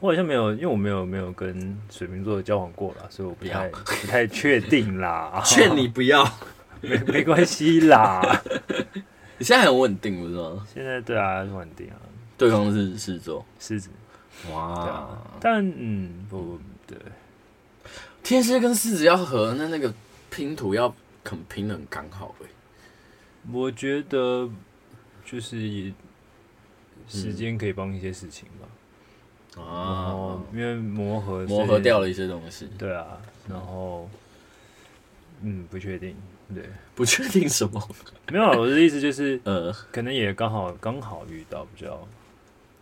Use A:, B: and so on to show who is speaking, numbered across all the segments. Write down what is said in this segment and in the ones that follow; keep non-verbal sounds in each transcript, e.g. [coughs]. A: 我好像没有，因为我没有没有跟水瓶座交往过啦，所以我不太不太确定啦。 [laughs]
B: 劝你不要。
A: 没没关系啦，
B: [laughs] 你现在很稳定，不是吗？
A: 现在对啊，很稳定啊，
B: 对方是狮子座，
A: 狮子。对
B: 哇
A: 啊，但嗯，不对，
B: 天蝎跟狮子要合，那那个拼图要很拼的很刚好哎、
A: 我觉得就是也时间可以帮一些事情吧。然后
B: 啊，
A: 因为磨合
B: 磨合掉
A: 了，
B: 了一些东西，
A: 对啊，然后嗯，不确定，对，
B: 不确定什么，
A: 没有啊，我的意思就是
B: 呃，
A: 可能也刚好刚好遇到比较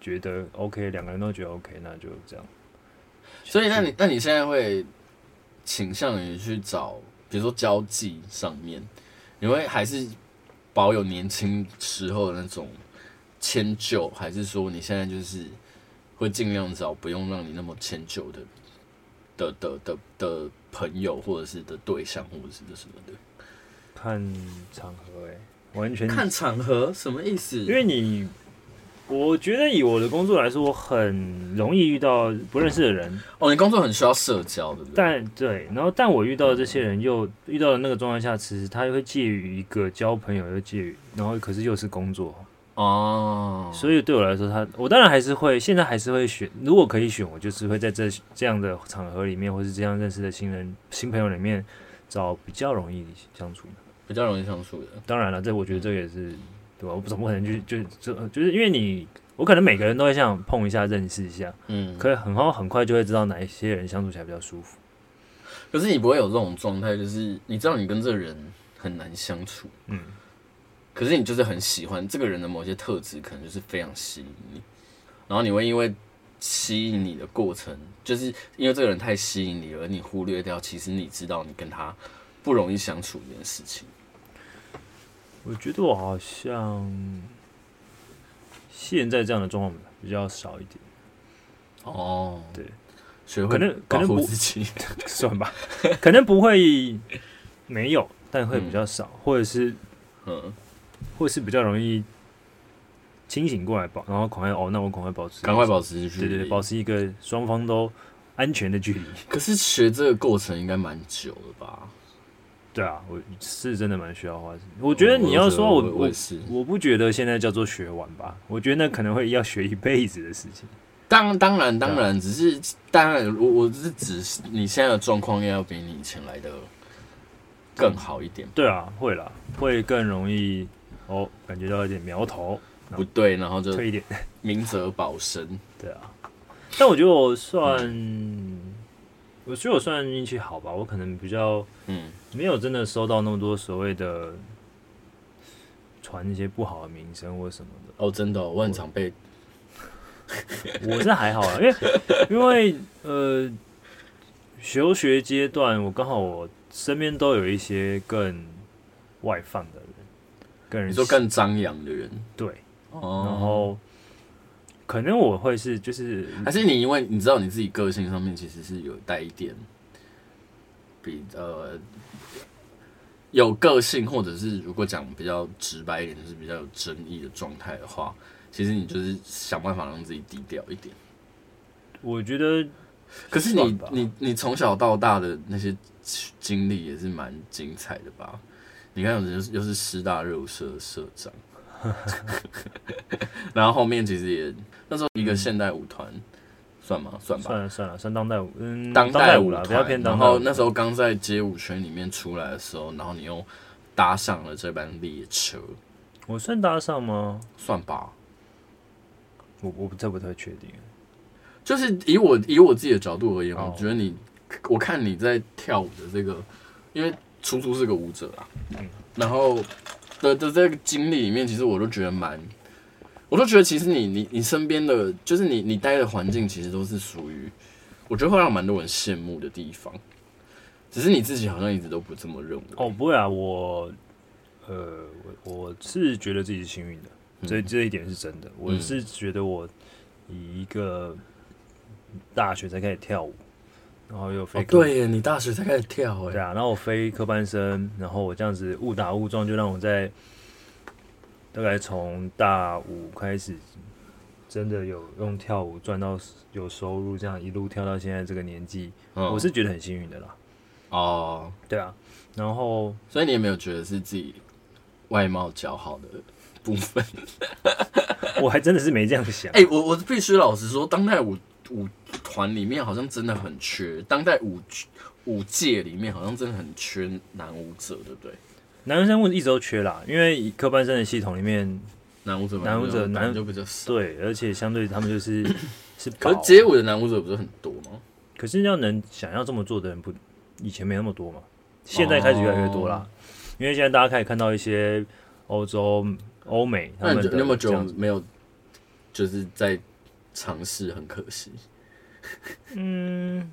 A: 觉得 OK，两个人都觉得 OK，那就这样。
B: 所以那你那你现在会倾向于去找，比如说交际上面，你会还是保有年轻时候的那种迁就，还是说你现在就是会尽量找不用让你那么迁就的的的的的朋友，或者是的对象，或者是的什么的？
A: 看场合哎、完全
B: 看场合什么意思？
A: 因为你，我觉得以我的工作来说，我很容易遇到不认识的人，
B: 哦，你工作很需要社交，对不对？
A: 但对，然后但我遇到的这些人又遇到的那个状态下，其实他又会介于一个交朋友，又介于，然后可是又是工作，
B: 哦，
A: 所以对我来说他，我当然还是会，现在还是会选，如果可以选，我就是会在这这样的场合里面，或是这样认识的新人、新朋友里面，找比较容易相处的。
B: 比较容易相处的。
A: 当然了，这我觉得这也是对吧？我总不可能就就就就是因为你，我可能每个人都会想碰一下、认识一下，
B: 嗯，
A: 可以很好很快就会知道哪一些人相处起来比较舒服。
B: 可是你不会有这种状态，就是你知道你跟这个人很难相处，
A: 嗯，
B: 可是你就是很喜欢这个人的某些特质，可能就是非常吸引你，然后你会因为吸引你的过程，就是因为这个人太吸引你了，而你忽略掉其实你知道你跟他不容易相处这件事情。
A: 我觉得我好像现在这样的状况比较少一点，
B: 哦，
A: 对，
B: 学
A: 可
B: 会
A: 能可
B: 保
A: 能
B: 护
A: 不
B: 自己，
A: [laughs] 算吧，可能不会没有，但会比较少，或者是
B: [laughs] 嗯，
A: 或是比较容易清醒过来吧，然后赶快哦，那我赶快保持，
B: 赶快保持距
A: 对对
B: 离。嗯
A: 对，保持一个双方都安全的距离。
B: 可是学这个过程应该蛮久的吧？
A: 对啊，我是真的蛮需要花时间。我觉得你要说我
B: 我
A: 我
B: 也是，
A: 我不觉得现在叫做学完吧，我觉得那可能会要学一辈子的事情。
B: 当当然当然，只是当然，我我是指你现在的状况要比你以前来的更好一点，
A: 对啊，会啦，会更容易哦，感觉到一点苗头，
B: 不对，然后就
A: 退一点。
B: 明哲保身。
A: 对啊，但我觉得我算，我觉得我算运气好吧，我可能比较
B: 嗯，
A: 没有真的收到那么多所谓的传一些不好的名声或什么的。
B: 哦，真的哦、我很常被
A: 我是还好啊，因
B: [laughs]
A: 为因为呃，求学阶段，我刚好我身边都有一些更外放的人，更
B: 你说更张扬的人，
A: 对，然
B: 哦，
A: 后、可能我会是就是
B: 还是你因为你知道你自己个性上面其实是有带一点比呃有个性，或者是如果讲比较直白一点，就是比较有争议的状态的话，其实你就是想办法让自己低调一点。
A: 我觉得
B: 可是
A: 算
B: 你
A: 吧
B: 你你从小到大的那些经历也是蛮精彩的吧？你看，有人又是师大热舞社的社
A: [laughs]
B: 长， [laughs] 然后后面其实也那时候一个现代舞团，算吗？算吧，
A: 算了算了，算当代舞，嗯，
B: 当
A: 代
B: 舞
A: 啦，
B: 团
A: 不要偏当
B: 然
A: 代舞。
B: 后那时候刚在街舞圈里面出来的时候，然后你又搭上了这班列车，
A: 我算搭上吗？
B: 算吧。
A: 我我不这不太确定。
B: 就是以我以我自己的角度而言，
A: 哦
B: 我觉得你，我看你在跳舞的这个，因为初初是个舞者啊，
A: 嗯
B: 然后的的这个经历里面，其实我都觉得蛮，我都觉得其实你你你身边的，就是你你待的环境，其实都是属于，我觉得会让蛮多人羡慕的地方，只是你自己好像一直都不这么认为。
A: 哦，不会啊，我呃，我我是觉得自己是幸运的，这这一点是真的。我
B: 嗯
A: 是觉得我以一个大学才开始跳舞，然后又非
B: 哦，
A: 科、
B: 对耶，你大学才开始跳
A: 对
B: 哎，
A: 啊，然后我非科班生，然后我这样子误打误撞，就让我在大概从大五开始真的有用跳舞赚到有收入，这样一路跳到现在这个年纪，
B: 嗯
A: 我是觉得很幸运的啦。
B: 哦，
A: 对啊，然后
B: 所以你有没有觉得是自己外貌较好的部分？
A: 我还真的是没这样想。
B: 哎、我我必须老实说，当代舞舞团里面好像真的很缺，当代舞舞界里面好像真的很缺男舞者，对不对？
A: 男生问一直都缺啦，因为以科班生的系统里面，
B: 男舞者嘛，
A: 男舞者
B: 本来
A: 男
B: 就比较少。
A: 对，而且相对他们就是 [coughs] 是
B: 可
A: 保
B: 是，街舞的男舞者不是很多吗？
A: 可是要能想要这么做的人不，以前没那么多嘛，现在开始越来越多
B: 哦
A: 啦。因为现在大家开始看到一些欧洲、欧美他
B: 那
A: 们的
B: 你就你有没有
A: 这
B: 觉得
A: 样
B: 我
A: 子
B: 们没有，就是在尝试，很可惜。
A: 嗯，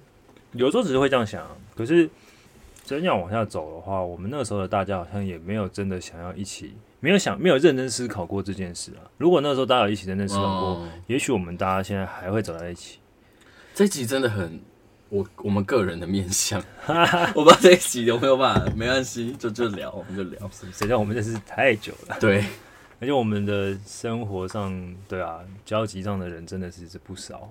A: 有时候只是会这样想，啊可是真要往下走的话，我们那个时候的大家好像也没有真的想要一起，没有想没有认真思考过这件事啊。如果那时候大家有一起认真思考过，
B: 哦
A: 也许我们大家现在还会走在一起。
B: 这集真的很我我们个人的面
A: [laughs]
B: 相，我不知道这一集有没有办法，没关系，就就聊，我们就聊。
A: 谁叫我们认识太久了？
B: 对，
A: 而且我们的生活上，对啊，交集上的人真的是是不少，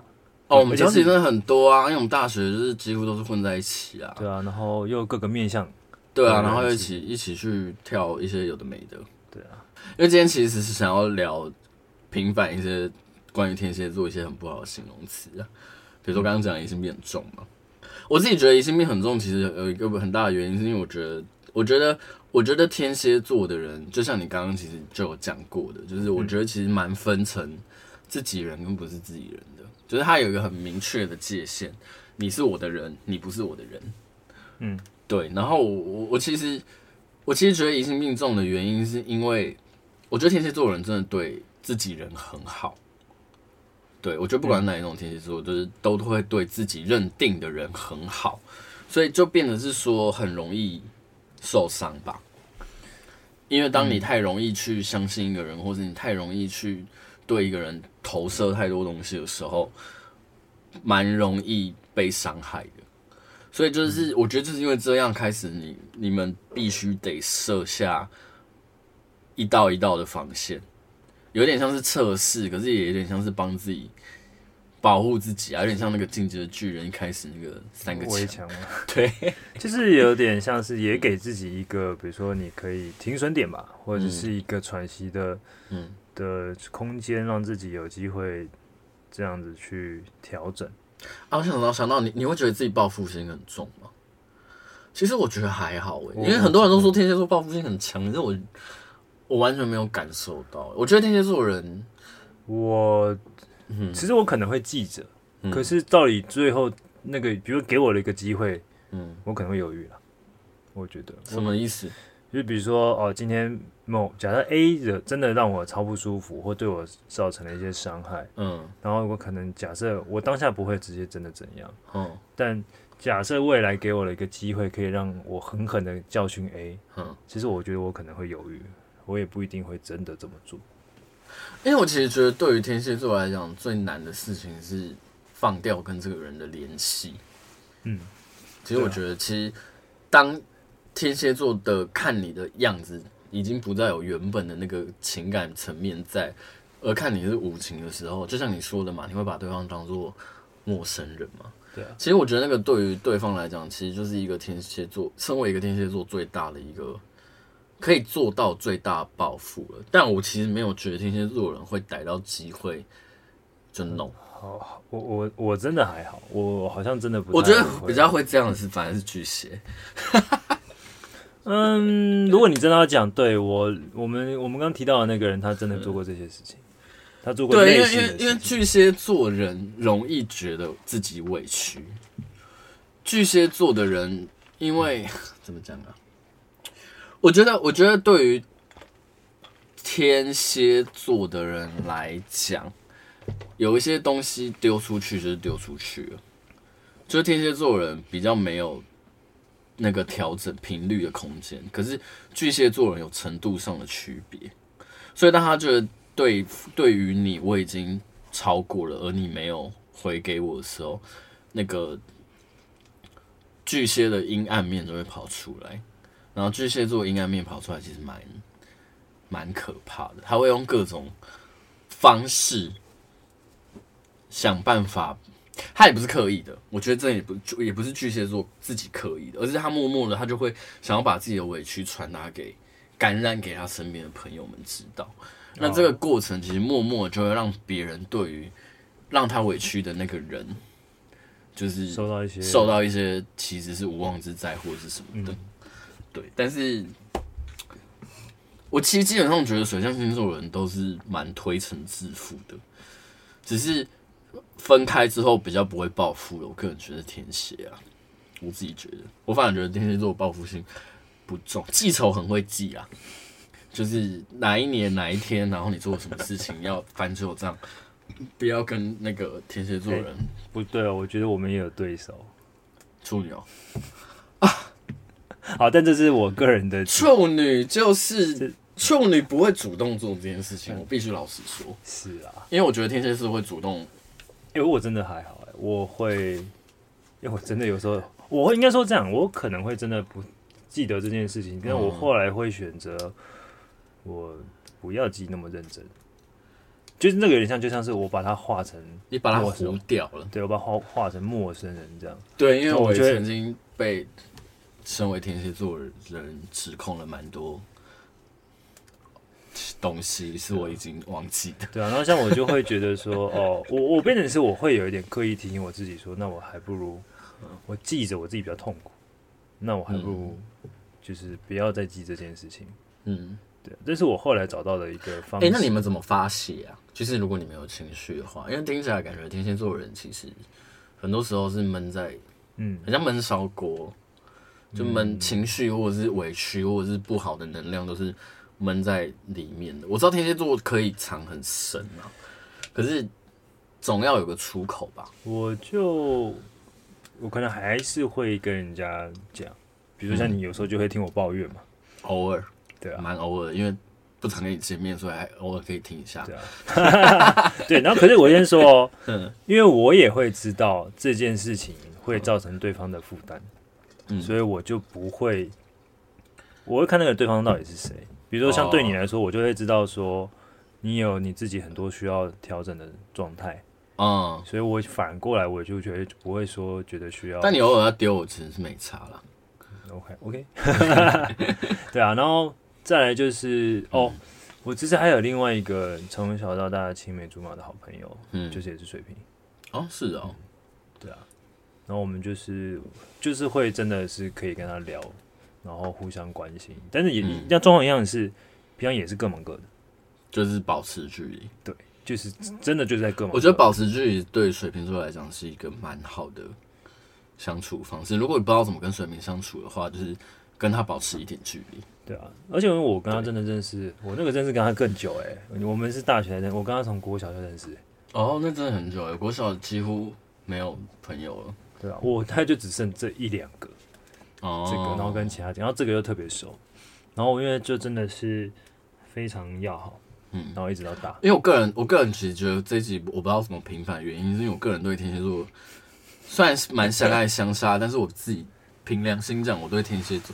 B: 哦，我们
A: 而且
B: 交
A: 是
B: 集真的很多啊，因为我们大学就是几乎都是混在一起啊。
A: 对啊，然后又各个面向，
B: 对啊，
A: 嗯
B: 然后
A: 了
B: 一
A: 解
B: 起一起去跳一些有的没的。
A: 对啊，
B: 因为今天其实是想要聊平反一些关于天蝎座一些很不好的形容词啊，比如说刚刚讲的疑心病很重嘛。我自己觉得疑心病很重，其实有一个很大的原因，是因为我觉得，我觉得，我觉得天蝎座的人，就像你刚刚其实就有讲过的，就是
A: 嗯
B: 我觉得其实蛮分成自己人跟不是自己人的，就是他有一个很明确的界限，你是我的人，你不是我的人。
A: 嗯，
B: 对。然后我我我其实我其实觉得疑心病重的原因，是因为我觉得天蝎座的人真的对自己人很好。对，我觉得不管哪一种天蝎座，就是都会对自己认定的人很好，所以就变得是说很容易受伤吧。因为当你太容易去相信一个人，或者你太容易去对一个人投射太多东西的时候，蛮容易被伤害的。所以就是，我觉得就是因为这样开始你，你们必须得设下一道一道的防线，有点像是测试，可是也有点像是帮自己保护自己啊，有点像那个进击的巨人一开始那个三个
A: 围
B: 墙，
A: 墙嘛，
B: [laughs]
A: [laughs]
B: 对，
A: 就是有点像是也给自己一个，比如说你可以停损点吧，或者是一个喘息的
B: 嗯，
A: 的空间，让自己有机会这样子去调整。
B: 啊，我想到想到你，你会觉得自己报复心很重吗？其实我觉得还好诶、
A: 我
B: 因为很多人都说天蝎座报复心很强，可是我我完全没有感受到。欸我觉得天蝎座人，
A: 我
B: 嗯，
A: 其实我可能会记着，
B: 嗯
A: 可是到底最后那个，比如给我的一个机会，
B: 嗯，
A: 我可能会犹豫了。我觉得，
B: 什么意思？
A: 就比如说哦，今天某假设 A 的真的让我超不舒服，或对我造成了一些伤害，
B: 嗯，
A: 然后我可能假设我当下不会直接真的怎样，
B: 哦，
A: 但假设未来给我了一个机会，可以让我狠狠的教训 A，
B: 嗯，
A: 其实我觉得我可能会犹豫，我也不一定会真的这么做。
B: 因为我其实觉得对于天蝎座来讲，最难的事情是放掉跟这个人的联系。
A: 嗯，
B: 其实我觉得，
A: 啊
B: 其实当天蝎座的看你的样子，已经不再有原本的那个情感层面在，而看你是无情的时候，就像你说的嘛，你会把对方当做陌生人嘛？
A: 对啊，
B: 其实我觉得那个对于对方来讲，其实就是一个天蝎座，身为一个天蝎座最大的一个可以做到最大的报复了。但我其实没有觉得天蝎座的人会逮到机会就弄。
A: 好，好我我我真的还好，我好像真的不太
B: 我觉得
A: 会
B: 比较会这样的是反而是巨蟹，
A: 嗯，如果你真的要讲，对我我们我们刚提到的那个人，他真的做过这些事情，他做过
B: 对，因
A: 类
B: 为因
A: 似
B: 为
A: 的
B: 因为
A: 事情。
B: 巨蟹座人容易觉得自己委屈，巨蟹座的人因为 [laughs] 怎么讲啊？我觉得，我觉得对于天蝎座的人来讲，有一些东西丢出去就是丢出去了，就是天蝎座人比较没有那个调整频率的空间，可是巨蟹座人有程度上的区别，所以当他觉得对对于你我已经超过了，而你没有回给我的时候，那个巨蟹的阴暗面就会跑出来。然后巨蟹座阴暗面跑出来，其实蛮蛮可怕的，他会用各种方式想办法，他也不是刻意的，我觉得这也不就也不是巨蟹座自己刻意的，而是他默默的他就会想要把自己的委屈传达给感染给他身边的朋友们知道。那这个过程其实默默就会让别人对于让他委屈的那个人，就是
A: 受到一些
B: 受到一些其实是无妄之灾或者是什么的，对。但是，我其实基本上觉得水象星座的人都是蛮推诚置腹的，只是分开之后比较不会报复了。我个人觉得天蝎啊，我自己觉得，我反而觉得天蝎座报复心不重，记仇很会记啊。就是哪一年哪一天，然后你做了什么事情要翻旧账，不要跟那个天蝎座人
A: 不对哦，我觉得我们也有对手。
B: 处女哦，
A: 好，但这是我个人的
B: 处女就是嗯处女不会主动做这件事情，我必须老实说，
A: 是啊，
B: 因为我觉得天蝎是会主动，
A: 因为我真的还好哎、我会，因为我真的有时候，我会应该说这样，我可能会真的不记得这件事情，但我
B: 嗯
A: 后来会选择我不要记那么认真，就是那个有点像，就像是我把它化成，
B: 你把它
A: 我是
B: 糊掉了。
A: 对我把它化化成陌生人这样，
B: 对，因为
A: 那我
B: 我
A: 觉得
B: 曾经被身为天蝎座的人指控了蛮多东西，是我已经忘记的。
A: 对啊，然后像我就会觉得说，哦，我我变成是我会有一点刻意提醒我自己说，那我还不如我记着我自己比较痛苦，那我还不如就是不要再记这件事情。
B: 嗯，
A: 对，这是我后来找到的一个方
B: 哎、
A: 式。
B: 那你们怎么发泄啊？就是如果你们有情绪的话，因为听起来感觉天蝎座的人其实很多时候是闷在
A: 嗯，
B: 很像闷烧锅，就闷情绪或者是委屈或者是不好的能量都是闷在里面的。我知道天蝎座可以藏很深啊，可是总要有个出口吧？
A: 我就我可能还是会跟人家讲，比如说像
B: 嗯
A: 你有时候就会听我抱怨嘛，
B: 偶尔，
A: 对啊，
B: 蛮偶尔，因为不常跟你见面，所以还偶尔可以听一下
A: 对。啊， [laughs] 对。然后可是我先说哦，
B: 嗯
A: 因为我也会知道这件事情会造成对方的负担，
B: 嗯
A: 所以我就不会，我会看那个对方到底是谁。比如说像对你来说，我就会知道说你有你自己很多需要调整的状态，
B: 嗯，
A: 所以我反过来我就觉得不会说觉得需要。
B: 但你偶尔要丢我，其实是没差啦。
A: OK OK，对啊，然后再来就是哦，
B: 嗯
A: 我其实还有另外一个从小到大青梅竹马的好朋友，
B: 嗯，
A: 就是也是水瓶，
B: 哦，是哦，
A: 然后我们就是就是会真的是可以跟他聊，然后互相关心，但是也
B: 嗯
A: 像状况一样是，平常也是各忙各的，
B: 就是保持距离。
A: 就是真的就是在各忙各的。
B: 我觉得保持距离对水瓶座来讲是一个蛮好的相处方式。如果你不知道怎么跟水瓶相处的话，就是跟他保持一点距离。
A: 对啊，而且我跟他真的认识，我那个认识跟他更久哎、我们是大学认识，我跟他从国小就认识、
B: 哦，那真的很久了，国小几乎没有朋友了。
A: 对啊，我他就只剩这一两个，
B: 哦，
A: 这个，然后跟其他点，然后这个又特别熟，然后因为就真的是非常要好，
B: 嗯，
A: 然后一直到大，
B: 因为我个人，我个人其实觉得这一集我不知道什么平凡的原因，是因为我个人对天蝎座虽然是蛮相爱相杀，但是我自己凭良心讲，我对天蝎座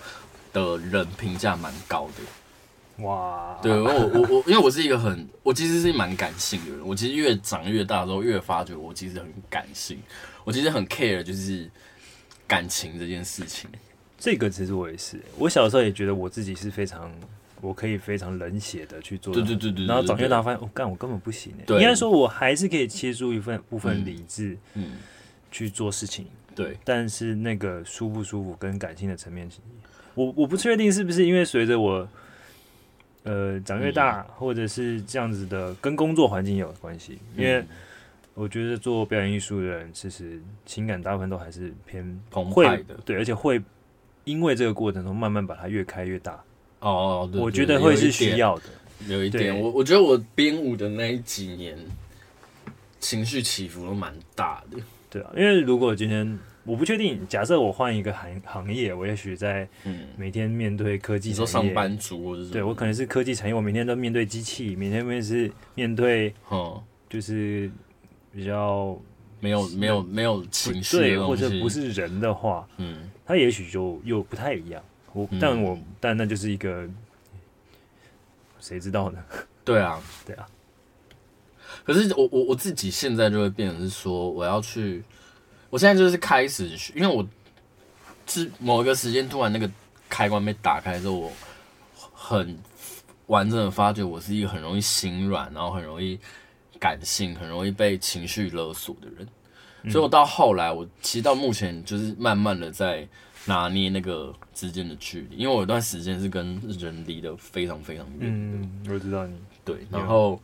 B: 的人评价蛮高的。
A: 哇，
B: 对，我我我，因为我是一个很，我其实是蛮感性的人。我其实越长越大之后，越发觉我其实很感性，我其实很 care 就是感情这件事情。
A: 这个其实我也是，我小时候也觉得我自己是非常，我可以非常冷血的去做，
B: 对对对对，
A: 啊然后长越
B: 对
A: 大，发现，我、哦干我根本不行哎、
B: 对
A: 应该说我还是可以切出一份部分理智
B: 嗯，
A: 去做事情，
B: 对，
A: 但是那个舒不舒服跟感性的层面，我我不确定是不是因为随着我。呃，长越大，
B: 嗯
A: 或者是这样子的，跟工作环境也有关系。因为
B: 嗯
A: 我觉得做表演艺术的人，其实情感大部分都还是偏
B: 澎湃
A: 会
B: 的
A: 对，而且会因为这个过程中慢慢把它越开越大，
B: 哦，对
A: 我
B: 对
A: 觉得
B: 有
A: 会
B: 一
A: 是
B: 点
A: 需要的。
B: 有一
A: 对
B: 点，我我觉得我编舞的那几年，情绪起伏都蛮大的。
A: 对啊，因为如果今天我不确定，假设我换一个行行业，我也许在
B: 嗯，
A: 每天面对科技
B: 你
A: 产
B: 说
A: 业，
B: 上班族或者是
A: 对我可能是科技产业，我每天都面对机器，每天面是面对
B: 哦，
A: 就是比较
B: 没有没有没有情绪的
A: 对
B: 东
A: 或者
B: 西
A: 不是人的话，
B: 嗯
A: 它也许就又不太一样。我
B: 嗯
A: 但我但那就是一个，谁知道呢？
B: 对啊
A: 对啊，
B: 可是我我我自己现在就会变成是说，我要去，我现在就是开始学，因为我是某一个时间突然那个开关被打开之后，我很完整的发觉我是一个很容易心软，然后很容易感性，很容易被情绪勒索的人。所以我到后来，我其实到目前就是慢慢的在拿捏那个之间的距离，因为我有段时间是跟人离得非常非常远。
A: 嗯， [laughs] 我知道你，
B: 对，
A: Yeah.
B: 然后，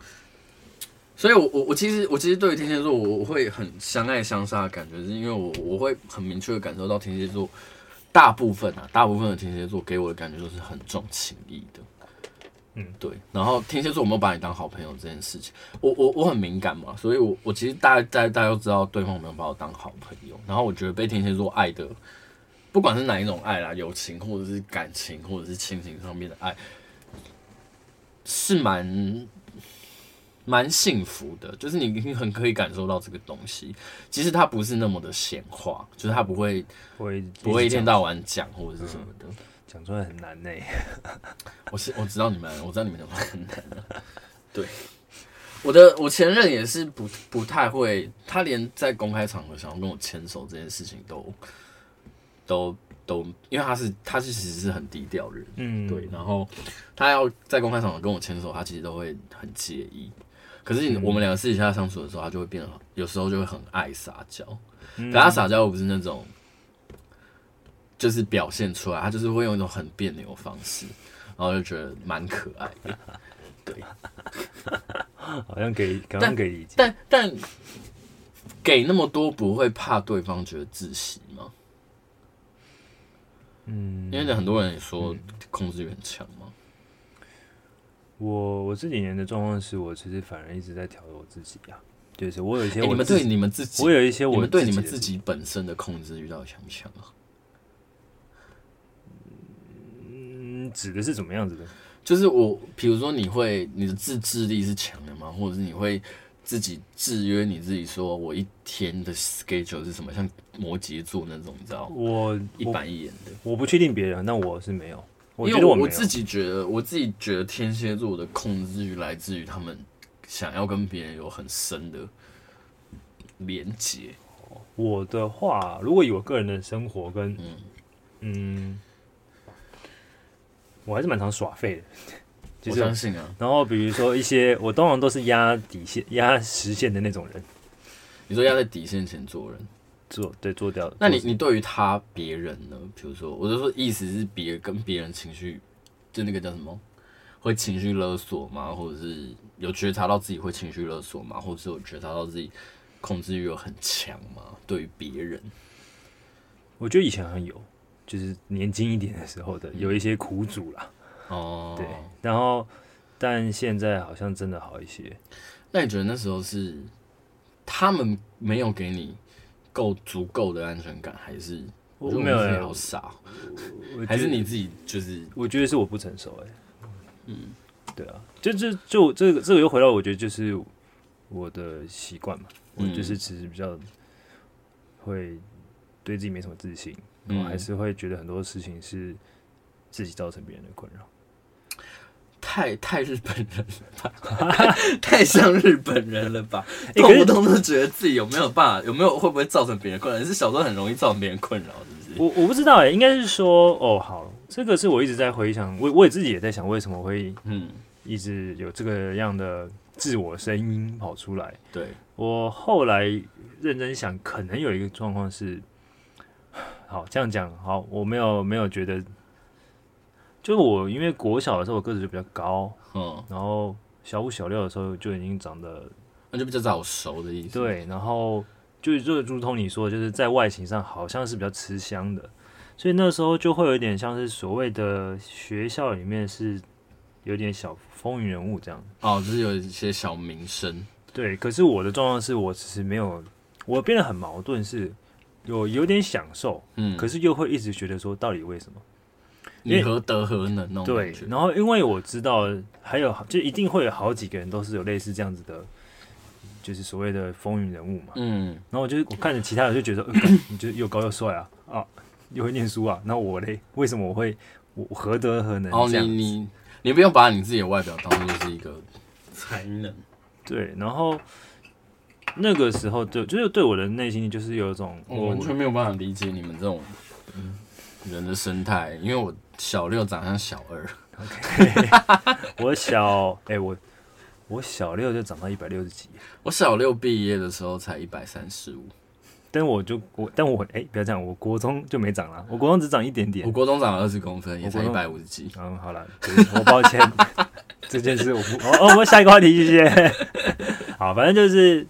B: 所以我我我其实我其实对于天蝎座，我我会很相爱相杀的感觉，是因为我我会很明确的感受到天蝎座大部分啊，大部分的天蝎座给我的感觉都是很重情义的。
A: 嗯，
B: 对。然后天蝎座有没有把你当好朋友这件事情，我我我很敏感嘛，所以我我其实大家大家大家都知道对方有没有把我当好朋友。然后我觉得被天蝎座爱的，不管是哪一种爱啦，友情或者是感情或者是亲情上面的爱，是蛮蛮幸福的，就是你你很可以感受到这个东西，即使它不是那么的显化，就是它不会
A: 不会
B: 不会一天
A: 讲
B: 到晚讲或者是什么的。
A: 讲出来很难呢、
B: 我是我知道你们，我知道你们讲话很难的。对，我的我前任也是不不太会，他连在公开场合想要跟我牵手这件事情都都都，因为他是他是其实是很低调的人，
A: 嗯，
B: 对，然后他要在公开场合跟我牵手，他其实都会很介意。可是
A: 嗯
B: 我们两个私底下相处的时候，他就会变得很有时候就会很爱撒娇。
A: 嗯，
B: 可他撒娇又不是那种，就是表现出来，他就是会用一种很别扭的方式，然后就觉得蛮可爱的。
A: 好像可以，好
B: 但
A: 像可以理解。
B: 但但给那么多，不会怕对方觉得窒息吗？
A: 嗯，
B: 因为很多人也说控制欲很强嘛。
A: 我我这几年的状况是我其实反而一直在调我自己啊，就是我有一些
B: 哎、
A: 我、
B: 你们对，你们自己
A: 我，有一些我
B: 你们对你们
A: 的
B: 自己本身的控制欲到底强不强啊？
A: 嗯指的是怎么样子的？
B: 就是我，比如说你会你的自制力是强的吗？或者是你会自己制约你自己，说我一天的 schedule 是什么？像摩羯座那种，你知道，
A: 我
B: 一
A: 我
B: 板一眼的。
A: 我不确定别人，那我是没有，我
B: 因
A: 觉
B: 为
A: 得
B: 我
A: 没有。
B: 自己觉得，我自己觉得天蝎座的控制欲来自于他们想要跟别人有很深的连接。
A: 我的话，如果以我个人的生活跟
B: 嗯
A: 嗯，我还是蛮常耍废的， [laughs] 就
B: 我
A: 是
B: 相信啊，
A: 然后比如说一些，我通常都是压底线、压实线的那种人
B: 你说要在底线前做人，
A: 做，对，做掉。
B: 那你
A: 做
B: 你对于他别人呢？比如说，我就说意思是别跟别人情绪，就那个叫什么，会情绪勒索吗？或者是有觉察到自己会情绪勒索吗？或者是有觉察到自己控制欲有很强吗？对于别人，
A: 我觉得以前很有，就是年轻一点的时候的有一些苦主啦，
B: 嗯哦，
A: 对。然后，但现在好像真的好一些。
B: 那你觉得那时候是他们没有给你够足够的安全感，还是
A: 我
B: 觉得
A: 没有
B: 自己
A: 欸
B: 好傻，
A: 我
B: 还是
A: 觉得
B: 你自己就是
A: 我觉得是我不成熟哎、嗯，对啊，就就就这个这个又回到我觉得就是我的习惯嘛，
B: 嗯
A: 我就是其实比较会对自己没什么自信，
B: 嗯
A: 然后还是会觉得很多事情是自己造成别人的
B: [laughs]
A: 困扰。
B: 太太日本人了吧， [laughs] 太像日本人了吧，
A: 欸
B: 动
A: 可
B: 不
A: 是
B: 动都觉得自己有没有办法，有没有会不会造成别人困扰？你是小时候很容易造成别人困扰，是不是？
A: 我我不知道哎、应该是说哦，好，这个是我一直在回想，我我也自己也在想为什么会
B: 嗯，
A: 一直有这个样的自我声音跑出来。
B: 对，
A: 我后来认真想，可能有一个状况是， [sighs] 好这样讲，好，我没有没有觉得，就我因为国小的时候我个子就比较高，
B: 嗯，
A: 然后小五小六的时候就已经长得
B: 那就比较早熟的意思。，
A: 对，然后就就如同你说的，就是在外形上好像是比较吃香的，所以那时候就会有点像是所谓的学校里面是有点小风云人物这样。
B: 哦，就是有一些小名声，
A: 对，可是我的状况是我其实没有，我变得很矛盾是，有有点享受，
B: 嗯，
A: 可
B: 是
A: 是又会一直觉得说到底为什么？
B: 你何德何能那种
A: 对
B: 感觉，？
A: 然后因为我知道还有就一定会有好几个人都是有类似这样子的，就是所谓的风云人物嘛。
B: 嗯，
A: 然后我就我看着其他人就觉得， [clears throat] 呃干你就是又高又帅啊啊，又会念书啊，那我嘞为什么我会我我何德何能
B: 然后
A: 这
B: 哦你
A: 样？
B: 你你不用把你自己的外表当做是一个才能，
A: 对，然后那个时候就就是对我的内心就是有一种
B: 我完全没有办法理解你们这种嗯人的生态，因为我小六长相小二，
A: 我小哎、我我小六就长到一百六十几，
B: 我小六毕业的时候才一百三十五，
A: 但我就我但我哎、不要这样，我国中就没长了，我国中只长一点
B: 我
A: 点。
B: 国中长了二十公分，也才
A: 我国
B: 一
A: 中
B: 百五十几。
A: 嗯，好了，就是我抱歉， [laughs] 这件事我不哦哦，我下一个话题谢谢。 [laughs] 好，反正就是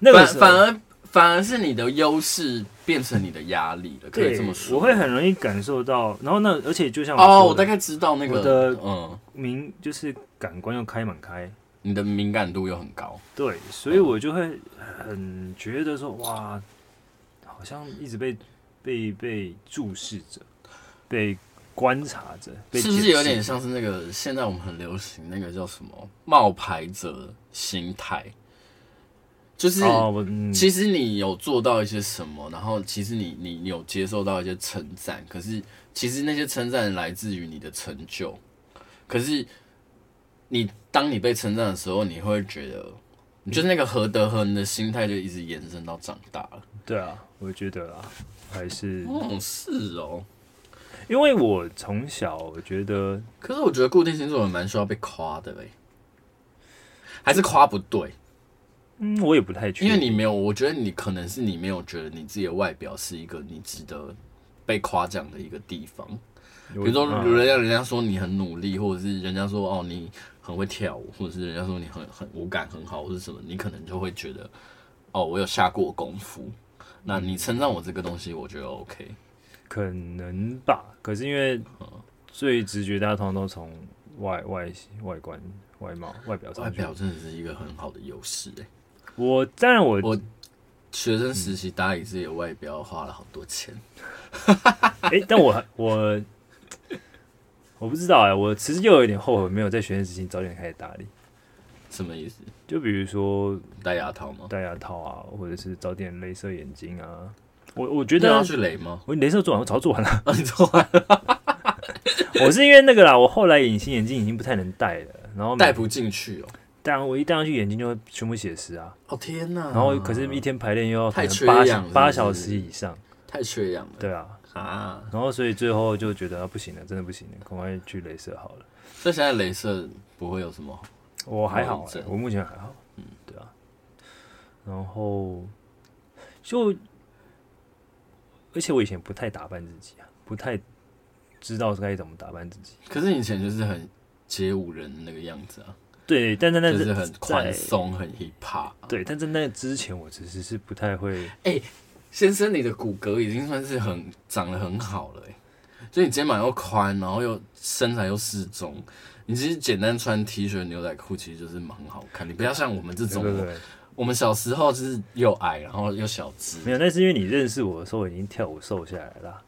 A: 那个
B: 反
A: 时候
B: 反而反而是你的优势变成你的压力了，可以
A: 对
B: 这么说。
A: 我会很容易感受到，然后那而且就像
B: 哦，
A: 说
B: 我
A: 的
B: 大概知道那
A: 我
B: 个
A: 的，
B: 嗯，
A: 明就是感官要开满开，
B: 你的敏感度又很高，
A: 对，所
B: 嗯
A: 以我就会很觉得说，哇，好像一直被被被注视着，被观察着，被
B: 是不是
A: 检视
B: 有点像是那个现在我们很流行那个叫什么冒牌者心态？就是、
A: 哦，我嗯，
B: 其实你有做到一些什么，然后其实你你你有接受到一些称赞，可是其实那些称赞来自于你的成就，可是你当你被称赞的时候，你会觉得，你就是那个何德何能的心态就一直延伸到长大了。
A: 对啊，我觉得啊，还是
B: 哦，是哦。
A: 因为我从小我觉得
B: 可是我觉得固定星座也蛮需要被夸的嘞，还是夸不对，
A: 嗯，我也不太确
B: 因
A: 定，
B: 为你没有，我觉得你可能是你没有觉得你自己的外表是一个你值得被夸奖的一个地方。
A: 比
B: 比如说，人家人家说你很努力，或者是人家说哦你很会跳舞，或者是人家说你很很舞感很好，或者什么，你可能就会觉得哦我有下过功夫。那你称赞我这个东西，我觉得 OK。
A: 可能吧，可是因为
B: 嗯
A: 最直觉，大家通常都从外外外观、外貌、外表
B: 外
A: 上去。
B: 表真的是一个很好的优势诶。
A: 我当然我
B: 我学生时期打理自己的外表花了好多钱，
A: 哎、但我我我不知道哎、我其实又有一点后悔没有在学生时期早点开始打理，
B: 什么意思？
A: 就比如说
B: 戴牙套吗？
A: 戴牙套啊，或者是早点镭射眼睛啊。我我觉
B: 你
A: 得
B: 要去雷吗？
A: 我镭射做完，我早做完了。
B: 啊，你做完了
A: 我是因为那个啦，我后来隐形眼镜已经不太能戴了，然后每
B: 戴，不进去哦。
A: 但我一戴上去眼睛就会全部血丝啊。
B: 哦天哪！
A: 然后可是，一天排练又要可
B: 太缺
A: 能八
B: 氧
A: 小
B: 了
A: 八
B: 是不
A: 小
B: 是
A: 时以上，
B: 太缺氧了
A: 对啊，
B: 啊！
A: 然后所以最后就觉得、啊、不行了，真的不行了，赶快去镭射好了。
B: 所以现在镭射不会有什么
A: 我还好
B: 哦
A: 欸、
B: 这样
A: 我目前还好，嗯，对啊。然后就，而且我以前不太打扮自己啊，不太知道该怎么打扮自己。
B: 可是你以前就是很街舞人那个样子啊，
A: 对，但在那
B: 就是
A: 之
B: 很宽松、很 hip hop。
A: 对，但在那之前，我其实是不太会。
B: 先生，你的骨骼已经算是很长得很好了、欸，所以你肩膀又宽，然后又身材又适中。你其实简单穿 T 恤、牛仔裤，其实就是蛮好看。你不要像我们这
A: 对
B: 种，
A: 对对，
B: 我们小时候就是又矮，然后又小只，
A: 没有，那是因为你认识我的时候，我已经跳舞瘦下来了啊。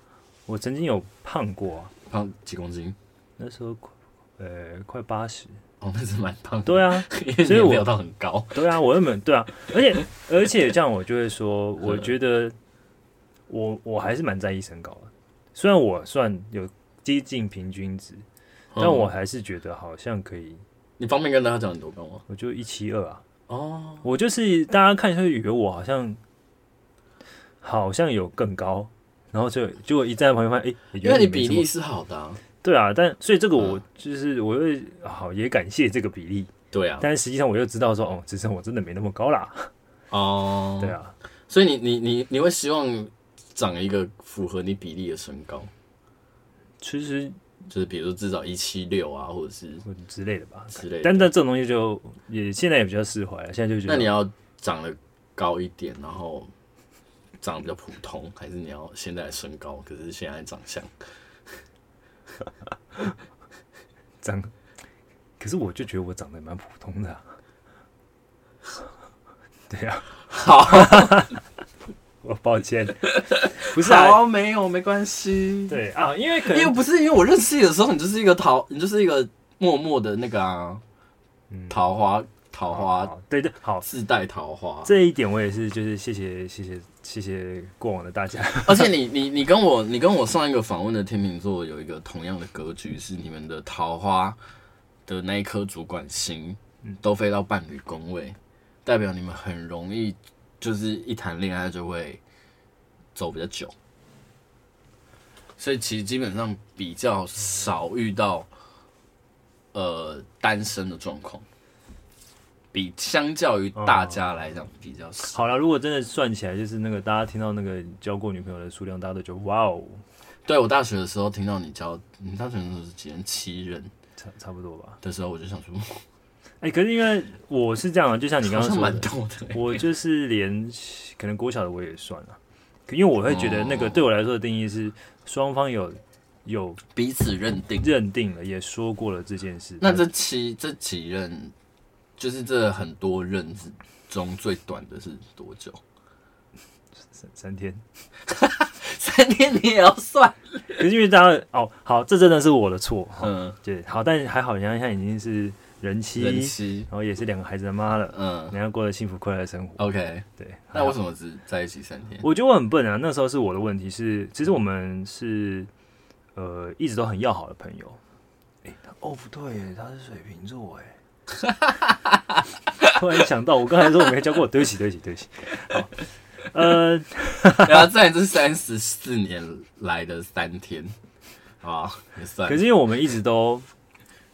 A: 我曾经有胖过、啊，
B: 胖几公斤。
A: 那时候快呃快八十。
B: 哦，那是蛮胖的，
A: 对啊，
B: 因为你
A: 所以
B: 也
A: 我
B: 没有到很高。
A: 对啊，我原本对啊，而且而且这样我就会
B: [laughs]
A: 说，我觉得我我还是蛮在意身高的，虽然我算有接近平均值，但我
B: 嗯
A: 还是觉得好像可以，
B: 你方便跟大家讲你多高吗？
A: 我就一七二啊，
B: 哦，
A: 我就是大家看就会以为我好像好像有更高，然后就就一站在旁边发现，哎、
B: 因
A: 原来
B: 为你
A: 没
B: 比
A: 这么
B: 例是好的、啊。
A: 对啊，但所以这个我
B: 嗯
A: 就是我会好也感谢这个比例，
B: 对啊，
A: 但实际上我又知道说，哦，只是我真的没那么高啦，
B: 哦，
A: 对啊。
B: 所以你你你你会希望长一个符合你比例的身高，
A: 其实
B: 就是比如说至少一七六啊，或者是
A: 或者嗯之类的吧。
B: 之类的。
A: 但但这种东西就也现在也比较释怀了，现在就觉得
B: 那你要长得高一点，然后长得比较普通，还是你要现在的身高，可是现在的长相？
A: 长， [laughs] 可是我就觉得我长得蛮普通的啊、 [laughs] 对啊，
B: 好，
A: [laughs] 我抱
B: [laughs]
A: 歉，不是啊，
B: 没有没关系。，
A: 对啊，因为可
B: 因为
A: 能
B: 不是因为我认识你的时候，你就是一个桃，你就是一个默默的那个啊，
A: 嗯
B: 桃花桃
A: 好
B: 花
A: 好哦对对好。
B: 自带桃花。
A: 这一点我也是，就是谢谢谢谢谢谢过往的大家。 [laughs]
B: [laughs] 而且你你你跟我你跟我上一个访问的天秤座有一个同样的格局，是你们的桃花的那一颗主管星都飞到伴侣宫位，代表你们很容易就是一谈恋爱就会走比较久，所以其实基本上比较少遇到呃单身的状况，比相较于大家来讲比较少。
A: 好了，如果真的算起来，就是那个大家听到那个交过女朋友的数量，大家都觉得哇哦，
B: 对我大学的时候听到你教，你大学的时候是几人七人
A: 差差不多吧。
B: 的时候，我就想说，
A: 哎、可是因为我是这样啊，就像你刚刚
B: 好像
A: 说
B: 蛮
A: 的，
B: 多的、欸。
A: [laughs] 我就是连可能国小的我也算了，可因为我会觉得那个
B: 哦
A: 对我来说的定义是双方有有
B: 彼此认定。
A: 认定了，也说过了这件事。
B: 那这七这几任，就是这很多任之中最短的是多久？ [laughs]
A: 三三天，
B: 三天你也要算？
A: 可是因为大家哦，好，这真的是我的错。
B: 嗯，
A: 对，好，但还好，人家现在已经是人妻，
B: 人妻，
A: 然后也是两个孩子的妈了，
B: 嗯
A: 人家过得幸福快乐的生活。
B: ，OK。
A: 对，还
B: 那
A: 好
B: 为什么只在一起三天？
A: [laughs] 我觉得我很笨啊，那时候是我的问题是，其实我们是呃一直都很要好的朋友。哎、哦不对耶，他是水瓶座哎。 [laughs] 突然想到，我刚才说我没教过，对不起，对不起，对不起。好， [laughs] 呃，
B: [laughs] 然后在这三十四年来的三天，啊，也算。
A: 可是因为我们一直都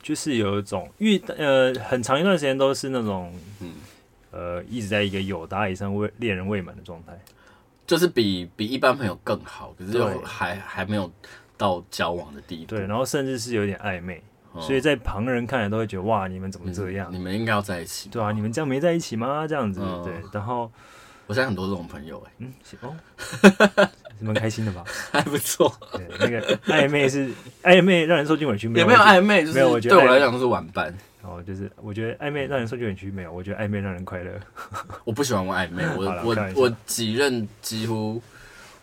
A: 就是有一种，因为呃很长一段时间都是那种，
B: 嗯
A: 呃，一直在一个友达以上未恋人未满的状态。
B: 就是比比一般朋友更好，可是又
A: 对
B: 还还没有到交往的地步。
A: 对，哦然后甚至是有点暧昧，
B: 嗯
A: 所以在旁人看来都会觉得哇，你们怎么
B: 嗯
A: 这样？
B: 你们应该要在一起。
A: 对啊，你们这样没在一起吗？这样子，
B: 嗯
A: 对，然后
B: 我现在很多这种朋友、欸， [laughs]
A: 嗯，是哦， [laughs] 蛮开心的吧？
B: 还不错，
A: 对，那个暧昧
B: [laughs]
A: 是暧昧，让人受尽委屈没
B: 也
A: 有？
B: 没有暧昧，就是
A: 没有我觉得
B: 对我
A: 暧昧
B: 来讲都是玩伴。
A: 哦，就是我觉得暧昧让人受尽委屈没有？我觉得暧昧让人快乐。
B: 我不喜欢玩
A: [laughs]
B: 暧昧，我
A: 好啦开玩
B: 我
A: 笑
B: 我几任几乎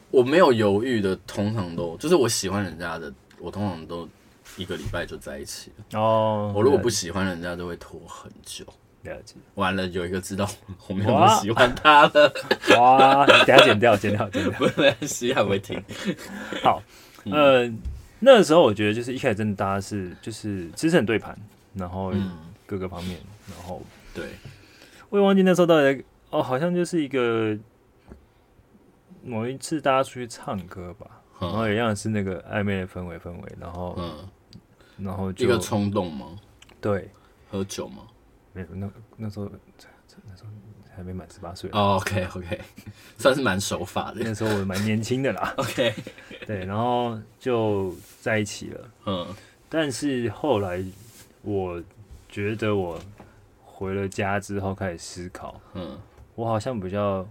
B: 我没有犹豫的，通常都就是我喜欢人家的，我通常都一个礼拜就在一起了。
A: 哦，
B: 我如果不喜欢人家，就会拖很久。
A: 了解，
B: 完了，有一个知道 [laughs] 我没有那
A: 哇
B: 么喜欢他了，
A: 哇，等一下剪掉，剪掉，
B: [laughs]
A: 剪掉。
B: 没关系，还
A: [laughs]
B: 会听。
A: 好，
B: 嗯
A: 呃，那时候我觉得就是一开始真的大家是就是其实很对盘，然后
B: 嗯，
A: 各个方面，然后
B: 对，
A: 我也忘记那时候到底在哦，好像就是一个某一次大家出去唱歌吧，然后
B: 嗯
A: 一样是那个暧昧的氛围氛围，然后
B: 嗯，
A: 然后
B: 一
A: 就
B: 个冲动吗？
A: 对，
B: 喝酒吗
A: 没有那那时候那时候还没满十八
B: 哦 [laughs]
A: 岁，啊
B: ？OK OK，算是蛮守法的。，
A: 那时候我蛮年轻的啦
B: OK，
A: 对，然后就在一起了，
B: 嗯，
A: 但是后来我觉得我回了家之后开始思考，
B: 嗯，
A: 我好像比较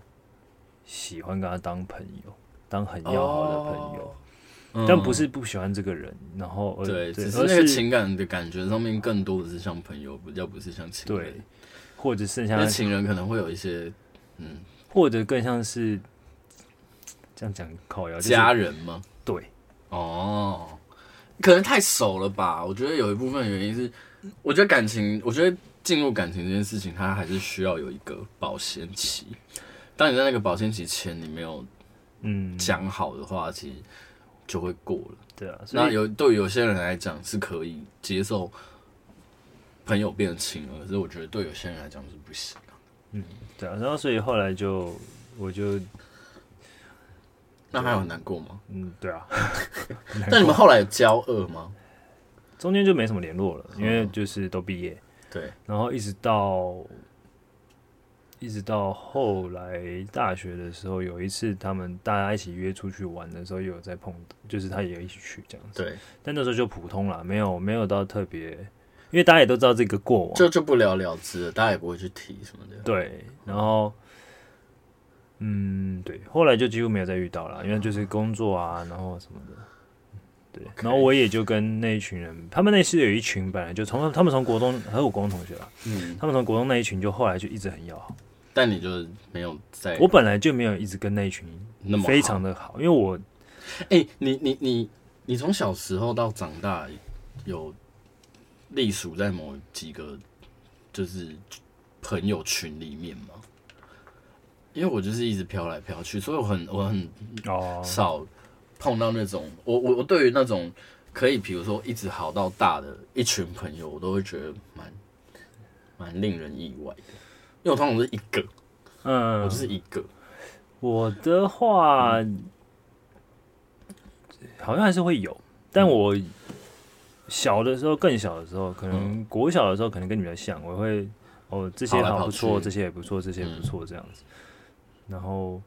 A: 喜欢跟他当朋友，当很要好的朋友。
B: 嗯哦，
A: 但不是不喜欢这个人，然后而
B: 对，只是
A: 而
B: 那个
A: 是
B: 情感的感觉上面更多的是像朋友，比较不是像情人。
A: 对，或者剩下
B: 那，情人可能会有一些嗯
A: 或者更像是这样讲靠谣，就是
B: 家人吗？
A: 对，
B: 哦，可能太熟了吧？我觉得有一部分原因是，我觉得感情，我觉得进入感情这件事情，它还是需要有一个保鲜期。当你在那个保鲜期前，你没有
A: 嗯，
B: 讲好的话，其实就会过了。
A: 对啊，所
B: 那
A: 以
B: 有对有些人来讲是可以接受朋友变亲了，可是我觉得对有些人来讲是不行的。
A: 对啊，然后所以后来就我就啊
B: 那还有难过吗？
A: 嗯，对啊，
B: 那你们后来有交恶吗？
A: 中间就没什么联络了，因
B: 嗯
A: 为就是都毕业，
B: 对，
A: 然后一直到一直到后来大学的时候，有一次他们大家一起约出去玩的时候，也有在碰，就是他也有一起去这样子。
B: 对，
A: 但那时候就普通啦，没有没有到特别，因为大家也都知道这个过往，
B: 就就不了了之了，大家也不会去提什么的。
A: 对，然后，嗯，对，后来就几乎没有再遇到了，因为就是工作啊，然后什么的，对
B: OK
A: 然后我也就跟那一群人，他们那是有一群本来就从他们从国中还有我国中同学啊，
B: 嗯，
A: 他们从国中那一群就后来就一直很要好，
B: 但你就是没有在
A: 我本来就没有一直跟那一群
B: 哎那么好
A: 非常的好，因为我
B: 哎、你你你你从小时候到长大，有隶属在某几个就是朋友群里面吗？因为我就是一直飘来飘去，所以我很我很
A: 哦，
B: 少碰到那种我我我对于那种可以比如说一直好到大的一群朋友，我都会觉得蛮蛮令人意外的。因为我通常是一个，
A: 嗯，
B: 我就是一个，
A: 我的话，好像还是会有，但
B: 嗯
A: 我小的时候更小的时候，可
B: 嗯
A: 能国小的时候可能跟你比较像，我会哦这些
B: 跑来
A: 好
B: 跑
A: 不错，
B: 去嗯
A: 这些也不错，这些也不错这样子。然后，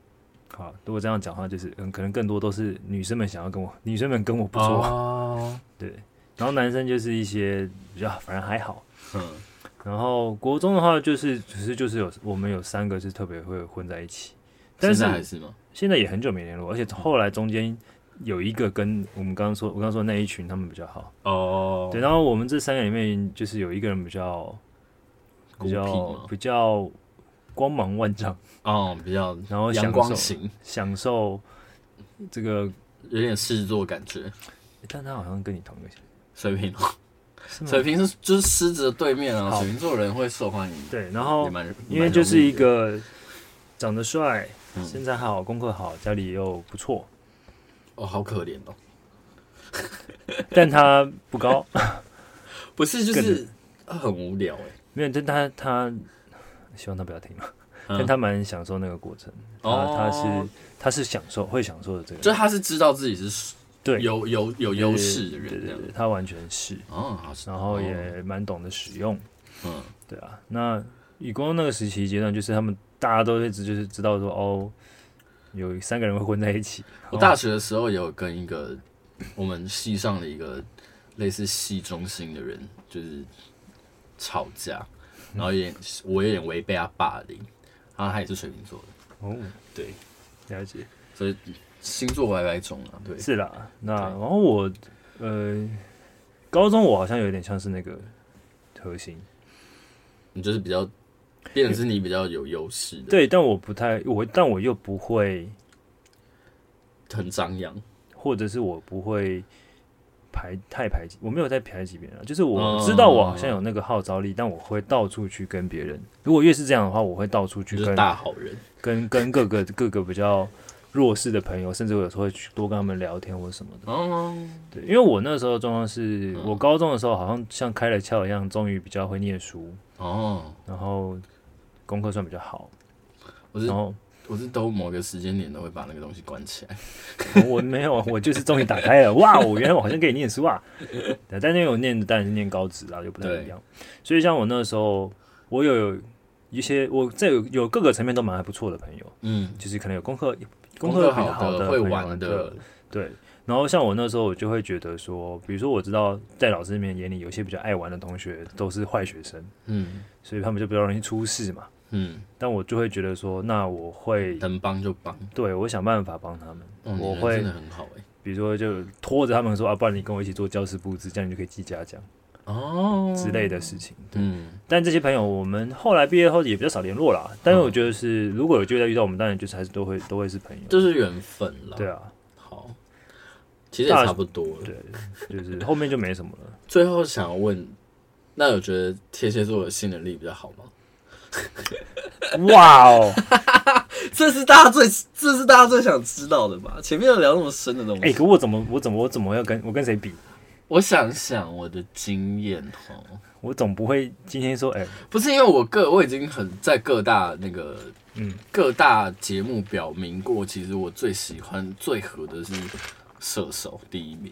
A: 好，如果这样讲话，就是嗯，可能更多都是女生们想要跟我，女生们跟我不错，
B: 哦，
A: 对。然后男生就是一些比较，反正还好。
B: 嗯，
A: 然后国中的话，就是只是就是有我们有三个是特别会混在一起，但
B: 现
A: 是
B: 在还是吗？
A: 现在也很久没联络，而且
B: 嗯
A: 后来中间有一个跟我们刚刚说，我刚刚说那一群他们比较好，
B: 哦，
A: 对，，然后我们这三个里面就是有一个人比较
B: 孤
A: 比
B: 僻
A: 较
B: 吗？
A: 比较光芒万丈，
B: 哦，比较
A: 然后
B: 阳
A: 享
B: 光
A: 受
B: 型，
A: 享受这个，
B: 有点事做的感
A: 嗯
B: 觉。
A: 但他好像跟你同一个
B: 水瓶，
A: 是吗
B: 水瓶是就是狮子的对面啊，
A: 好
B: 水瓶座人会受欢迎，
A: 对，然后
B: 也蛮
A: 因为就是一，
B: 也蛮容易的
A: 个长得帅、
B: 嗯
A: 身材好、功课好、家里又不错， [laughs]
B: 哦，好可怜哦，
A: 但他不高，
B: 不是就
A: 更
B: 是很无聊哎，
A: 没有，但他他希望他不要听。
B: 嗯
A: 但他蛮享受那个过程，他、
B: 哦
A: 他是他是享受会享受的这个，
B: 就他是知道自己是
A: 对
B: 有有有
A: 对
B: 优势的
A: 对
B: 人这
A: 对
B: 样
A: 对，，他完全是，
B: 哦，好像，
A: 然后
B: 哦
A: 也蛮懂得使用，
B: 嗯
A: 对啊。那以光那个时期阶段，就是他们大家都一直就是知道说哦，有三个人会混在一起，
B: 我大学的时候也有跟一个我们系上的一个类似系中心的人，就是吵架，然后有点我有点违背他霸凌，然后他也是水瓶座的，
A: 哦，
B: 对，
A: 了解，
B: 所以星座歪歪中啊，对，
A: 是啦。那
B: 对
A: 然后我呃，高中我好像有点像是那个核心，
B: 你就是比较，变成是你比较有优势的，，
A: 对，但我不太我，但我又不会。
B: 很张扬，
A: 或者是我不会排太排挤，我没有在排挤别人、啊，就是我
B: 嗯
A: 知道我好像有那个号召力，但我会到处去跟别人。如果越是这样的话，我会到处去
B: 就是
A: 跟
B: 大好人，
A: 跟跟各个各个比较弱势的朋友，甚至我有时候会去多跟他们聊天或什么的。
B: 哦，
A: 对，因为我那时候的状况是
B: 嗯
A: 我高中的时候好像像开了窍一样，终于比较会念书，
B: 哦，
A: 然后功课算比较好，
B: 我是
A: 然后
B: 我是都某个时间点都会把那个东西关起来， [laughs]
A: 我没有，我就是终于打开了，哇！我原来我好像可以念书啊，对但因为我念的当然是念高职啊，就不太一样。所以像我那时候，我有一些我在有有各个层面都蛮还不错的朋友，
B: 嗯，
A: 就是可能有功课功
B: 功
A: 课
B: 课
A: 比较好
B: 好
A: 的
B: 会
A: 朋友
B: 玩的，，
A: 对。然后像我那时候，我就会觉得说，比如说我知道在老师面眼里，有些比较爱玩的同学都是坏学生，
B: 嗯
A: 所以他们就比较容易出事嘛。
B: 嗯，
A: 但我就会觉得说，那我会
B: 能帮就帮。
A: 对我想办法帮他们，
B: 哦你
A: 我
B: 人
A: 会哦
B: 真的很好哎、
A: 比如说就拖着他们说啊，不然你跟我一起做教室布置，这样你就可以记嘉奖
B: 哦
A: 之类的事情。
B: 嗯，
A: 但这些朋友我们后来毕业后也比较少联络啦。但是我觉得是，如果有机会再遇到，我们当然就是还是都会都会是朋友。
B: 就是缘分啦。
A: 对，啊，
B: 好，其实也差不多了。
A: 对，就是后面就没什么了。
B: 最后想要问，那有觉得天蝎座的性能力比较好吗？ [laughs]
A: 哇哦，
B: 这是大家最，这是大家最想知道的吧？前面有聊那么深的东西，
A: 哎、可我怎么我怎么我怎么要跟我跟谁比？
B: 我想想我的经验哦，
A: 我总不会今天说哎、
B: 不是因为我个我已经很在各大那个
A: 嗯
B: 各大节目表明过，其实我最喜欢最合的是射手第一名，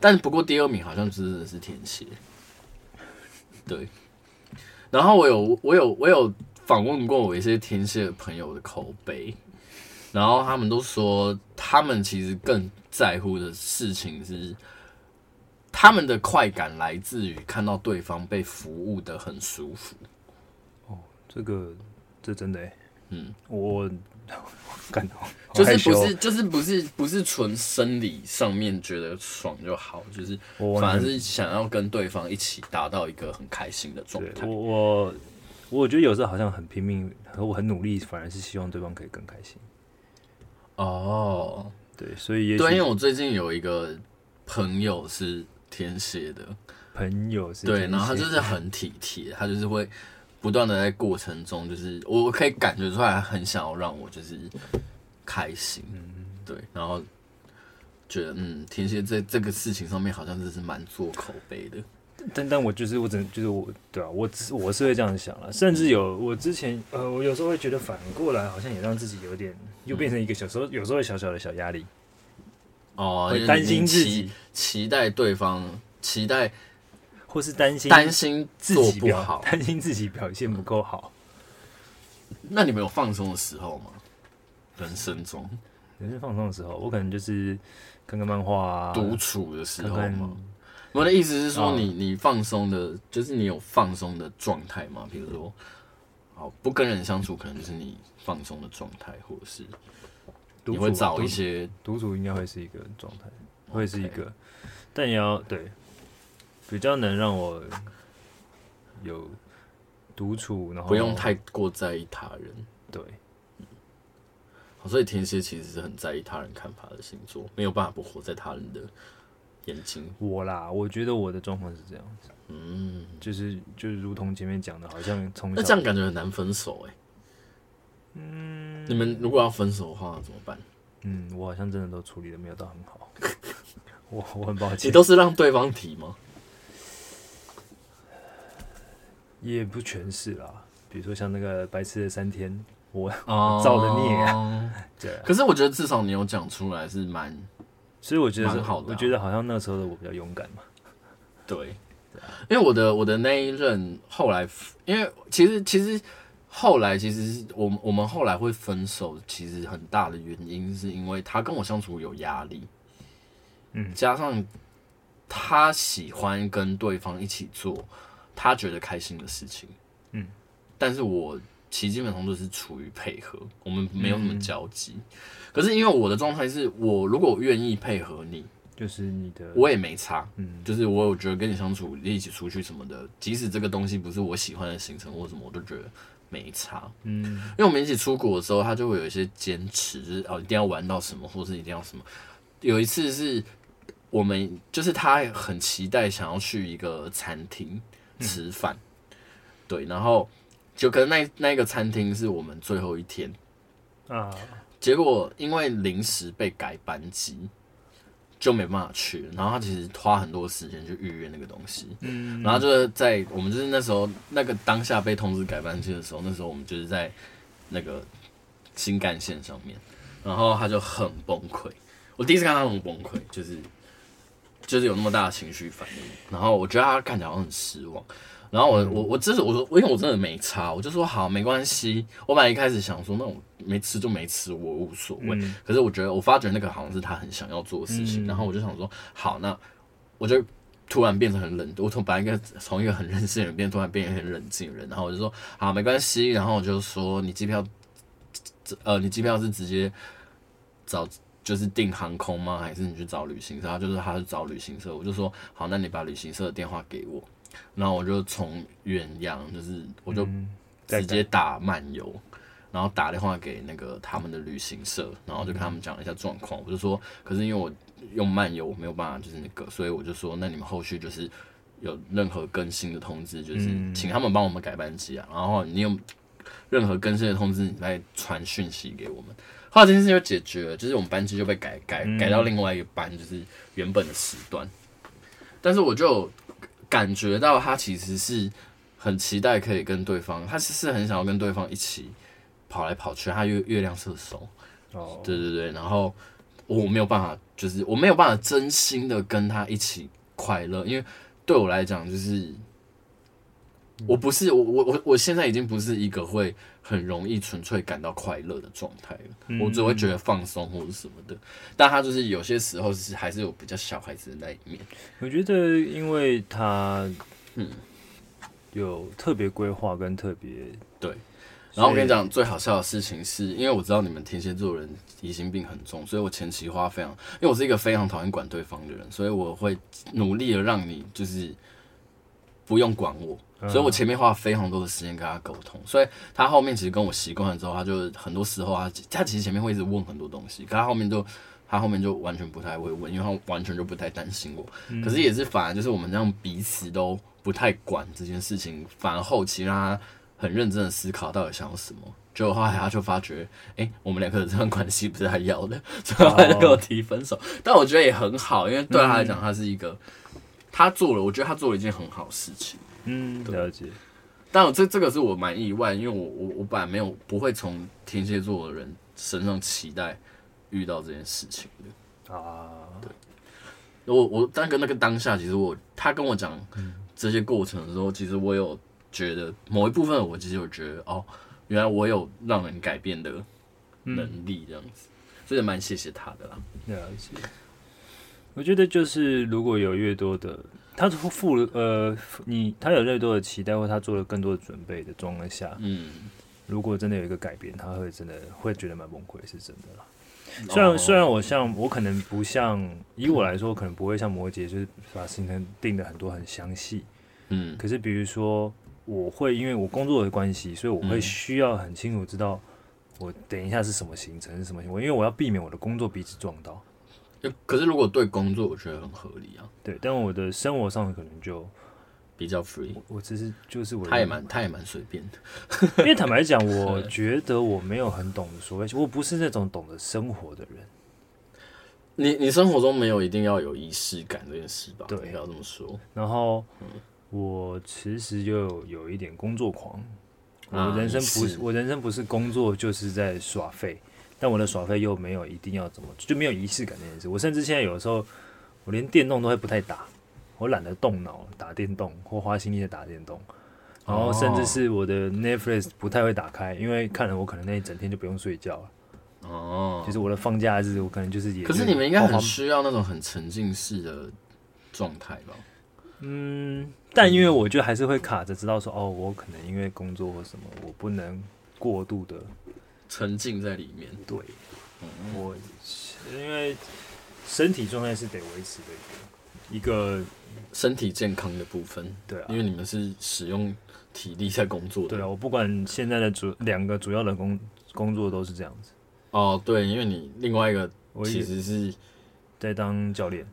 B: 但不过第二名好像真的是天蝎。对，然后我有我有我有访问过我一些天蝎的朋友的口碑，然后他们都说他们其实更在乎的事情是。他们的快感来自于看到对方被服务的很舒服，
A: 这个这真的哎、
B: 嗯，
A: 我感到
B: 就是
A: 哦
B: 不是就是不是不是纯生理上面觉得爽就好，就是
A: 我完全
B: 反而是想要跟对方一起达到一个很开心的状
A: 对
B: 态
A: 我。我我觉得有时候好像很拼命，和我很努力，反而是希望对方可以更开心。
B: 哦，
A: 对，所以也
B: 对，因为
A: 许
B: 我最近有一个朋友是天蝎的，
A: 朋友是
B: 对，
A: 天
B: 然后他
A: 蝎
B: 就是很体贴，他就是会不断的在过程中，就是我我可以感觉出来，他很想要让我就是开心，
A: 嗯
B: 对，然后觉得嗯，天蝎在这个事情上面好像真是蛮做口碑的，
A: 但但我就是我只能就是我对啊，我只我是会这样想了，甚至有我之前呃，我有时候会觉得反过来好像也让自己有点又变成一个小时候有时候小小的小压力，
B: 哦，
A: 会担心自己
B: 期期待对方，期待
A: 或是担心
B: 担心
A: 自
B: 做
A: 己
B: 不
A: 表
B: 好。
A: 担心自己表现不够好。
B: 那你们有放松的时候吗？人生中
A: 人生放松的时候，我可能就是看看漫画啊，
B: 独处的时
A: 看
B: 候
A: 看
B: 吗？我的意思是说
A: 哦
B: 你，你放松的，就是你有放松的状态吗？比如说，好不跟人相处，可能就是你放松的状态，或者是
A: 独
B: 你
A: 处
B: 会
A: 啊
B: 找
A: 独
B: 一
A: 处
B: 些
A: 独处应该会是一个状态，会是一个，但也要对比较能让我有独处，然后
B: 不用太过在意他人。
A: 对，
B: 好所以天蝎其实是很在意他人看法的星座，没有办法不活在他人的眼睛。
A: 我啦，我觉得我的状况是这样子，
B: 嗯，
A: 就是就如同前面讲的，好像从
B: 那
A: 小
B: 这样感觉很难分手哎、嗯，你们如果要分手的话怎么办？
A: 嗯，我好像真的都处理的没有到很
B: [laughs]
A: 好，我我很抱
B: 你
A: 歉，
B: 都是让对方提吗？
A: 也不全是啦，比如说像那个白痴的三天，我
B: 哦
A: 造的孽对啊，
B: 可是我觉得至少你有讲出来是蛮
A: 所以我觉得是
B: 蛮好的啊
A: 我觉得好像那时候的我比较勇敢嘛，
B: 对，啊因为我的我的那一任后来，因为其实其实后来其实是我们我们后来会分手，其实很大的原因是因为他跟我相处有压力，
A: 嗯
B: 加上他喜欢跟对方一起做他觉得开心的事情，
A: 嗯，
B: 但是我其实基本上都是处于配合，我们没有什
A: 嗯
B: 么交集。可是因为我的状态是我如果愿意配合你，
A: 就是你的
B: 我也没差，
A: 嗯
B: 就是我有觉得跟你相处，一起出去什么的，即使这个东西不是我喜欢的行程或什么，我都觉得没差。
A: 嗯。
B: 因为我们一起出国的时候，他就会有一些坚持，就是哦一定要玩到什么，或是一定要什么。有一次是我们就是他很期待想要去一个餐厅吃饭，对，然后就可能那那个餐厅是我们最后一天，
A: 啊，
B: 结果因为临时被改班机，就没办法去。然后他其实花很多时间去预约那个东西，
A: 嗯，
B: 然后就是在我们就是那时候那个当下被通知改班机的时候，那时候我们就是在那个新干线上面，然后他就很崩溃。我第一次看他那么崩溃，就是就是有那么大的情绪反应。然后我觉得他看起来好像很失望。然后我我我这是我说，因为我真的没差，我就说好没关系。我本来一开始想说，那我没吃就没吃，我无所谓。
A: 嗯
B: 可是我觉得我发觉那个好像是他很想要做的事情，
A: 嗯
B: 然后我就想说，好，那我就突然变成很冷，我从本来一个从一个很任性的人变，突然变成很冷静的人，然后我就说好没关系，然后我就说你机票，呃，你机票是直接找就是订航空吗？还是你去找旅行社？他就是他是找旅行社，我就说好，那你把旅行社的电话给我，然后我就从远洋，就是我就
A: 嗯再
B: 直接打漫游，然后打电话给那个他们的旅行社，然后就跟他们讲了一下状况。我就说，可是因为我用漫游我没有办法，就是那个，所以我就说，那你们后续就是有任何更新的通知，就是
A: 嗯
B: 请他们帮我们改班机啊。然后你有任何更新的通知，你再传讯息给我们。后来这件事就解决了，就是我们班机就被改改
A: 嗯
B: 改到另外一个班，就是原本的时段。但是我就有感觉到他其实是很期待可以跟对方，他其实很想要跟对方一起跑来跑去。他月月亮射手，
A: 哦，
B: 对对对，然后我没有办法，就是我没有办法真心的跟他一起快乐，因为对我来讲，就是我不是我我我我现在已经不是一个会很容易纯粹感到快乐的状态了，
A: 嗯
B: 我只会觉得放松或者什么的。但他就是有些时候是还是有比较小孩子的那一面，
A: 我觉得因为他
B: 嗯
A: 有特别规划跟特别
B: 对。然后我跟你
A: 所
B: 讲最好笑的事情是，因为我知道你们天蝎座人疑心病很重，所以我前期花非常，因为我是一个非常讨厌管对方的人，所以我会努力的让你就是不用管我，
A: 嗯
B: 所以我前面花了非常多的时间跟他沟通，所以他后面其实跟我习惯了之后，他就很多时候他他其实前面会一直问很多东西，可他后面就他后面就完全不太会问，因为他完全就不太担心我，可是也是反而就是我们这样彼此都不太管这件事情，反而后期让他很认真的思考到底想要什么。结果后来他就发觉，哎、我们两个人这段关系不是他要 [laughs] 的，所以他就跟我提分手。但我觉得也很好，因为对他来讲，他是一个、他做了，我觉得他做了一件很好的事情。
A: 嗯，了解，
B: 但我这这个是我蛮意外，因为我我我本来没有不会从天蝎座的人身上期待遇到这件事情的。
A: 啊，
B: 我我但跟那个当下，其实我他跟我讲这些过程的时候，其实我有觉得某一部分，我其实有觉得哦，原来我有让人改变的
A: 嗯
B: 能力这样子，所以蛮谢谢他的啦。
A: 了解。我觉得就是如果有越多的，他付了呃，你他有越多的期待，或他做了更多的准备的状况下，
B: 嗯，
A: 如果真的有一个改变，他会真的会觉得蛮崩溃，是真的啦。
B: 嗯
A: 虽
B: 哦
A: 然虽然我像我可能不像以我来说，我可能不会像摩羯，就是把行程定的很多很详细。
B: 嗯
A: 可是比如说，我会因为我工作的关系，所以我会
B: 嗯
A: 需要很清楚知道我等一下是什么行程是什么行为，因为我要避免我的工作彼此撞到。
B: 呃可是如果对工作，我觉得很合理啊，
A: 对，但我的生活上可能就
B: 比较 free。
A: 我我只是就是我的
B: 他也蛮他也蛮随便的，
A: 因为坦白
B: [laughs]
A: 讲，我觉得我没有很懂得所谓，我不是那种懂得生活的人。
B: 你你生活中没有一定要有仪式感这件事吧？
A: 对
B: 不要这么说。
A: 然后
B: 嗯
A: 我其实就有有一点工作狂，
B: 啊
A: 我人生不是
B: 你是
A: 我人生不是工作就是在耍废，但我的耍废又没有一定要怎么，就没有仪式感这件事。我甚至现在有的时候，我连电动都会不太打，我懒得动脑打电动或花心力的打电动。然
B: 哦
A: 后甚至是我的 Netflix 不太会打开，因为看了我可能那一整天就不用睡觉了。
B: 哦
A: 就，是我的放假日，我可能就是也哦
B: 可是你们应该
A: 花
B: 很需要那种很沉浸式的状态吧？
A: 嗯，但因为我就还是会卡着，知道说哦，我可能因为工作或什么，我不能过度的
B: 沉浸在里面。
A: 对，
B: 嗯
A: 我因为身体状态是得维持的一个一个
B: 身体健康的部分，
A: 对啊
B: 因，为你们是使用体力在工作的。
A: 对啊，我不管现在的主两个主要的工工作都是这样子，
B: 哦，对，因为你另外一个
A: 我
B: 其
A: 也
B: 实是
A: 在当教练，